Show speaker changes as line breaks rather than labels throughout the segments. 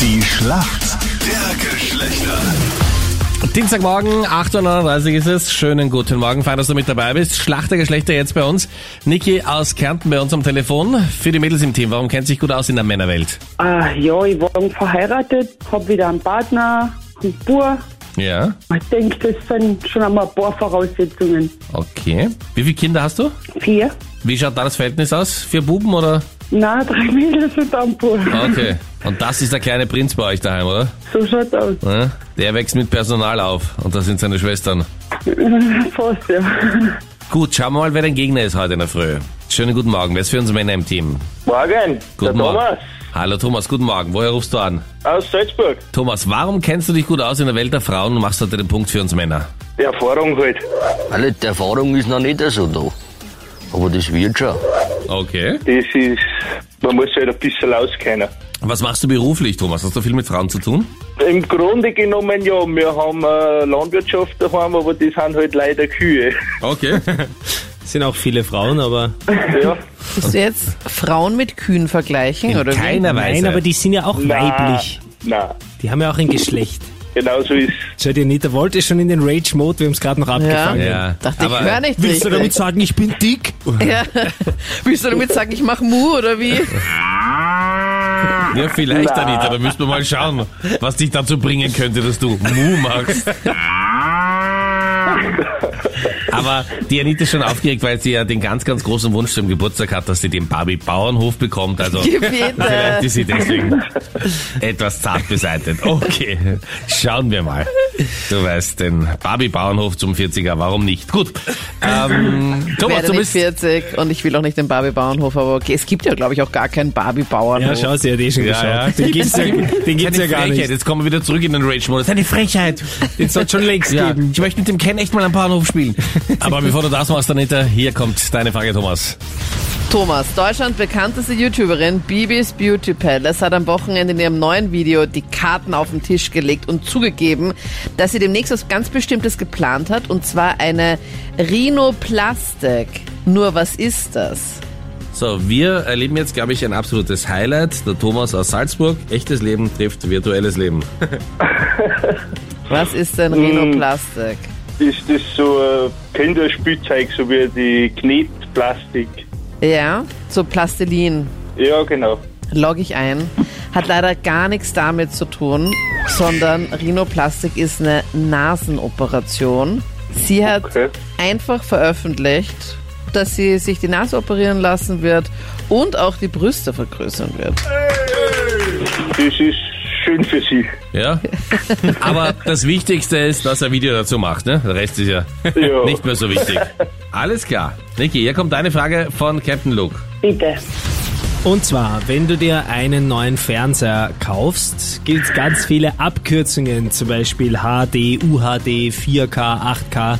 Die Schlacht der Geschlechter.
Dienstagmorgen, 8.39 Uhr ist es. Schönen guten Morgen. Fein, dass du mit dabei bist. Schlachtergeschlechter jetzt bei uns. Niki aus Kärnten bei uns am Telefon. Für die Mädels im Team. Warum kennt sich gut aus in der Männerwelt?
Ah, ja, ich war verheiratet, hab wieder einen Partner, einen Bub.
Ja.
Ich denke, das sind schon einmal ein paar Voraussetzungen.
Okay. Wie viele Kinder hast du?
Vier?
Wie schaut da das Verhältnis aus? Vier Buben oder?
Na, drei Mädels und ein Bub.
Ah, Okay. Und das ist der kleine Prinz bei euch daheim, oder?
So schaut's aus.
Ja? Der wächst mit Personal auf. Und das sind seine Schwestern.
Fast, ja.
Gut, schauen wir mal, wer dein Gegner ist heute in der Früh. Schönen guten Morgen. Wer ist für uns Männer im Team?
Morgen,
Guten
der
Morgen.
Thomas
Hallo Thomas, guten Morgen. Woher rufst du an?
aus Salzburg.
Thomas, warum kennst du dich gut aus in der Welt der Frauen und machst heute den Punkt für uns Männer?
Die Erfahrung halt.
Alle, die Erfahrung ist noch nicht so da. Aber das wird schon.
Okay.
Das ist, man muss halt ein bisschen auskennen.
Was machst du beruflich, Thomas? Hast du viel mit Frauen zu tun?
Im Grunde genommen ja, wir haben äh, Landwirtschaft daheim, aber die sind halt leider Kühe.
Okay.
sind auch viele Frauen, aber.
Ja.
Willst du jetzt Frauen mit Kühen vergleichen?
In
oder wie?
keiner Weise.
Nein, aber die sind ja auch weiblich.
Na,
Die haben ja auch ein Geschlecht.
genau so ist
Schau dir nicht, der Volt ist schon in den Rage-Mode, wir haben es gerade noch
Ja.
abgefangen.
Ja.
Dachte
Aber äh,
ich, hör nicht
Willst du
richtig.
damit sagen, ich bin dick?
ja. Willst du damit sagen, ich mach Mu oder wie?
Ja, vielleicht, Anita, da müssen wir mal schauen, was dich dazu bringen könnte, dass du Mu machst. Aber die Anita ist schon aufgeregt, weil sie ja den ganz, ganz großen Wunsch zum Geburtstag hat, dass sie den Barbie-Bauernhof bekommt. Also vielleicht
Gebete.
ist sie deswegen etwas zart beseitigt. Okay, schauen wir mal. Du weißt, den Barbie-Bauernhof zum 40er, warum nicht? Gut, ähm,
Ich
Thomas,
werde
du
nicht
bist...
40 und ich will auch nicht den Barbie-Bauernhof, aber okay, es gibt ja, glaube ich, auch gar keinen
Ja,
Barbie-Bauernhof.
schau, sie hat eh schon
Ja,
geschaut.
ja.
Den gibt's ja, den gibt's ja
Eine
gar
Frechheit.
nicht.
Jetzt kommen wir wieder zurück in den Rage-Modus. Eine Frechheit.
Den soll schon längst
Ja,
geben.
ich möchte mit dem Ken echt mal am Bahnhof spielen. Aber bevor du das machst, Anita, hier kommt deine Frage, Thomas.
Thomas, Deutschland bekannteste YouTuberin Bibis Beauty Palace hat am Wochenende in ihrem neuen Video die Karten auf den Tisch gelegt und zugegeben, dass sie demnächst was ganz Bestimmtes geplant hat und zwar eine Rhinoplastik. Nur was ist das?
So, wir erleben jetzt, glaube ich, ein absolutes Highlight. Der Thomas aus Salzburg. Echtes Leben trifft virtuelles Leben.
Was ist
Hm.
denn Rhinoplastik?
es. Ist das so ein Kinderspielzeug, so wie die Knetplastik?
Ja, so Plastilin.
Ja, genau.
logge ich ein. Hat leider gar nichts damit zu tun, sondern Rhinoplastik ist eine Nasenoperation. Sie hat
Okay.
einfach veröffentlicht, dass sie sich die Nase operieren lassen wird und auch die Brüste vergrößern wird.
Das ist schön für sie.
Ja? Aber das Wichtigste ist, dass er ein Video dazu macht, ne? Der Rest ist ja
Ja.
nicht mehr so wichtig. Alles klar. Niki, hier kommt deine Frage von Captain Luke.
Bitte.
Und zwar, wenn du dir einen neuen Fernseher kaufst, gibt's ganz viele Abkürzungen, zum Beispiel HD, UHD, 4K, 8K.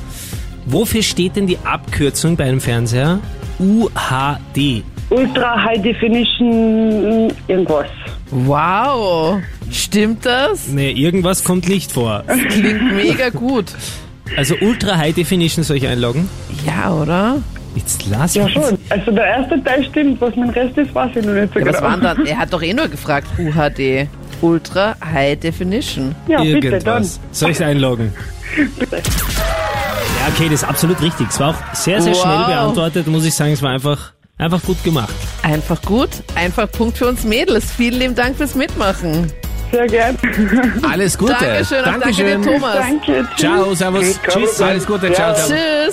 Wofür steht denn die Abkürzung bei einem Fernseher? UHD.
Ultra High Definition mm, irgendwas.
Wow, stimmt das?
Ne, irgendwas kommt nicht vor.
Klingt mega gut.
Also Ultra High Definition soll ich einloggen?
Ja, oder?
Jetzt lass
Ja
mich.
schon. Also der erste Teil stimmt, was mein Rest ist, weiß ich noch nicht so
Ja,
genau.
was waren dann? Er hat doch eh nur gefragt, UHD. Ultra High Definition.
Ja, bitte, dann.
Irgendwas. Soll ich einloggen? Ja, okay, das ist absolut richtig. Es war auch sehr, sehr schnell
Wow.
beantwortet, muss ich sagen. Es war einfach, einfach gut gemacht.
Einfach gut, einfach Punkt für uns Mädels. Vielen lieben Dank fürs Mitmachen.
Sehr gern.
Alles Gute.
Dankeschön, auch danke
Dankeschön.
dir, Thomas.
Danke.
Ciao, servus.
Kein
Tschüss,
Problem.
alles Gute. Ciao,
Ja.
servus.
Tschüss.